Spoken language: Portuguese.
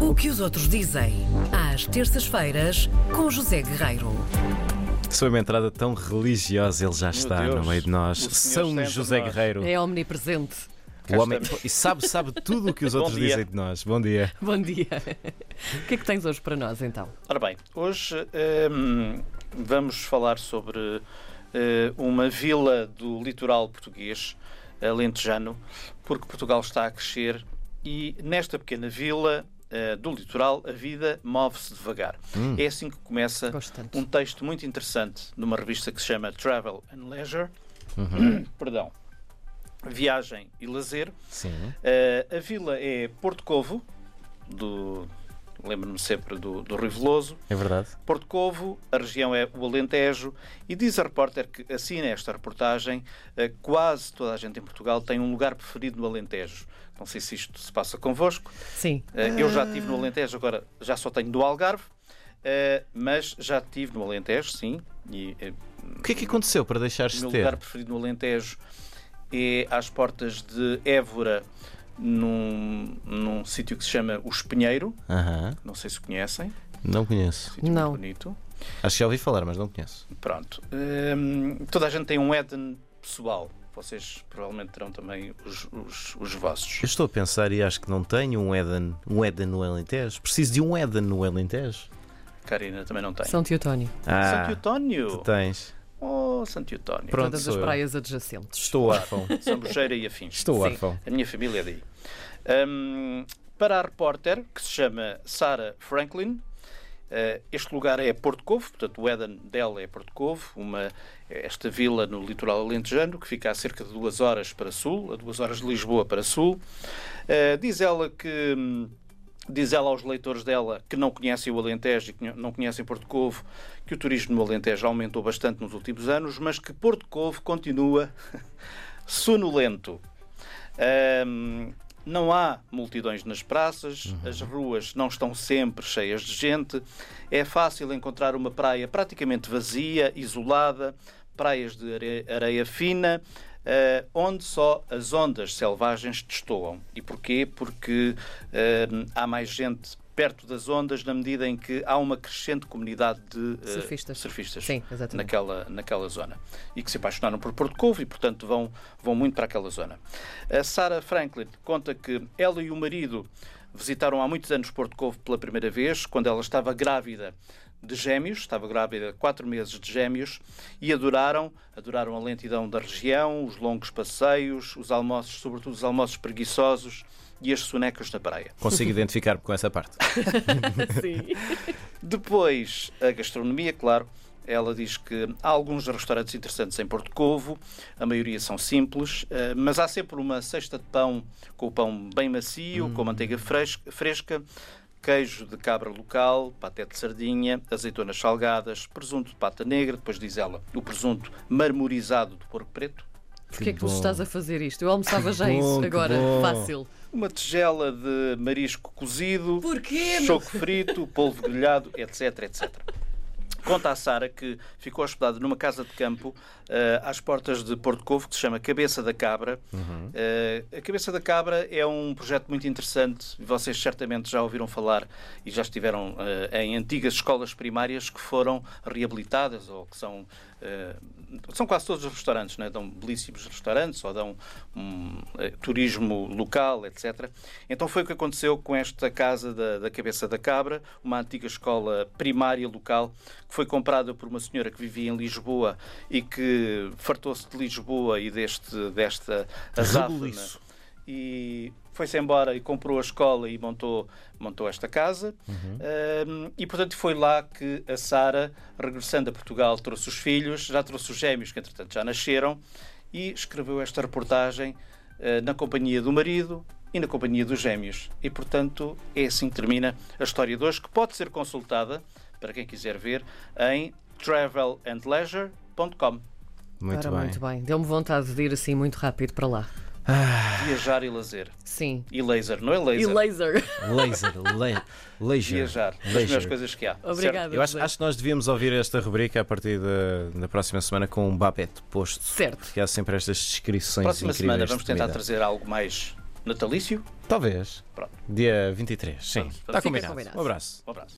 O que os outros dizem, às terças-feiras, com José Guerreiro. Sou uma entrada tão religiosa, ele já está no Deus, meio de nós. o senhor São está José entre nós. Guerreiro, É omnipresente. o homem estamos. e sabe, sabe tudo o que os Bom outros dia. dizem de nós. Bom dia. Bom dia. O que é que tens hoje para nós então? Ora bem, hoje hum, vamos falar sobre eh, uma vila do litoral português, alentejano, porque Portugal está a crescer e nesta pequena vila eh, do litoral a vida move-se devagar. É assim que começa Gosto tanto. um texto muito interessante numa revista que se chama Travel and Leisure. Perdão. Viagem e lazer, Sim. Uh, a vila é Porto Covo, do. Lembro-me sempre do, do Rui Veloso. É verdade. Porto Covo, a região é o Alentejo, e diz a repórter que assina esta reportagem, eh, quase toda a gente em Portugal tem um lugar preferido no Alentejo. Não sei se isto se passa convosco. Sim. Eh, Eu já estive no Alentejo, agora já só tenho do Algarve, eh, mas já estive no Alentejo, sim, e eh, O que é que aconteceu para deixares o de meu ter? lugar preferido no Alentejo é às portas de Évora, num, num sítio que se chama O Espinheiro. Aham, Não sei se conhecem. Não conheço. Sítio Não. muito bonito. Acho que já ouvi falar, mas não conheço. Pronto. Hum, toda a gente tem um Éden pessoal. Vocês provavelmente terão também os, os, os Eu vossos. estou a pensar e acho que não tenho um Eden, um Eden no Alentejo. Preciso de um Eden no Alentejo. Karina também não tem. São Teotónio. Ah, Santo Eutónio! tens. Oh, Santo Eutónio. Pronto, Todas sou as eu. praias adjacentes. Estou órfão. Sambujeira e afins. Estou Sim. órfão. A minha família é daí. Hum, para a repórter, que se chama Sarah Franklin, eh, este lugar é Porto Covo, portanto o Éden dela é Porto Covo, uma, esta vila no litoral alentejano, que fica a cerca de duas horas para sul, a duas horas de Lisboa para sul. Eh, diz ela que... hum, Diz ela aos leitores dela que não conhecem o Alentejo e que não conhecem Porto Covo, que o turismo no Alentejo aumentou bastante nos últimos anos, mas que Porto Covo continua sonolento. Ahm, não há multidões nas praças, as ruas não estão sempre cheias de gente, é fácil encontrar uma praia praticamente vazia, isolada, praias de are- areia fina, ah, onde só as ondas selvagens destoam. E porquê? Porque ahm, há mais gente perto das ondas na medida em que há uma crescente comunidade de ah, Surfistas. surfistas Sim, exatamente. naquela, naquela zona e que se apaixonaram por Porto Covo e, portanto, vão, vão muito para aquela zona. A Sarah Franklin conta que ela e o marido visitaram há muitos anos Porto Covo pela primeira vez, quando ela estava grávida de gêmeos, estava grávida de quatro meses de gêmeos, e adoraram, adoraram a lentidão da região, os longos passeios, os almoços, sobretudo os almoços preguiçosos e as sonecas na praia. Consigo identificar-me com essa parte. Sim. Depois, a gastronomia, claro. Ela diz que há alguns restaurantes interessantes em Porto Covo, a maioria são simples, eh, mas há sempre uma cesta de pão com o pão bem macio, com manteiga fresca, fresca, queijo de cabra local, paté de sardinha, azeitonas salgadas, presunto de pata negra, depois diz ela, o presunto marmorizado de porco preto, Porquê é que tu bom. estás a fazer isto? Eu almoçava já Que bom, isso que agora. bom. Fácil. uma tigela de marisco cozido, Porquê, meu? choco frito, polvo grelhado, etc, etc. Conta a Sara que ficou hospedada numa casa de campo eh, às portas de Porto Covo, que se chama Cabeça da Cabra. Eh, a Cabeça da Cabra é um projeto muito interessante, vocês certamente já ouviram falar e já estiveram eh, em antigas escolas primárias que foram reabilitadas ou que são. eh, são quase todos os restaurantes, né? dão belíssimos restaurantes ou dão hum, eh, turismo local, etc. Então foi o que aconteceu com esta casa da, da Cabeça da Cabra, uma antiga escola primária local que foi comprada por uma senhora que vivia em Lisboa e que fartou-se de Lisboa e deste, desta azáfama Rebuliço. e foi-se embora e comprou a escola e montou, montou esta casa. Um, e portanto foi lá que a Sara, regressando a Portugal, trouxe os filhos, já trouxe os gêmeos, que entretanto já nasceram, e escreveu esta reportagem eh, na companhia do marido e na companhia dos gêmeos. E portanto é assim que termina a história de hoje, que pode ser consultada, para quem quiser ver, em travelandleisure.com. Muito Ora, bem. muito bem. Deu-me vontade de ir assim muito rápido para lá. Viajar e lazer. Sim. E laser, não é E laser? laser. Laser, le, leisure. Viajar. Das melhores coisas que há. Obrigada. Eu acho, José. acho que nós devíamos ouvir esta rubrica a partir da, da próxima semana com um babete posto. Certo. Porque há sempre estas descrições Próxima incríveis semana de vamos tentar comida. trazer algo mais natalício. Talvez. Pronto. Dia 23, sim. Pronto, Está fica combinado. combinado. Um abraço. Um abraço.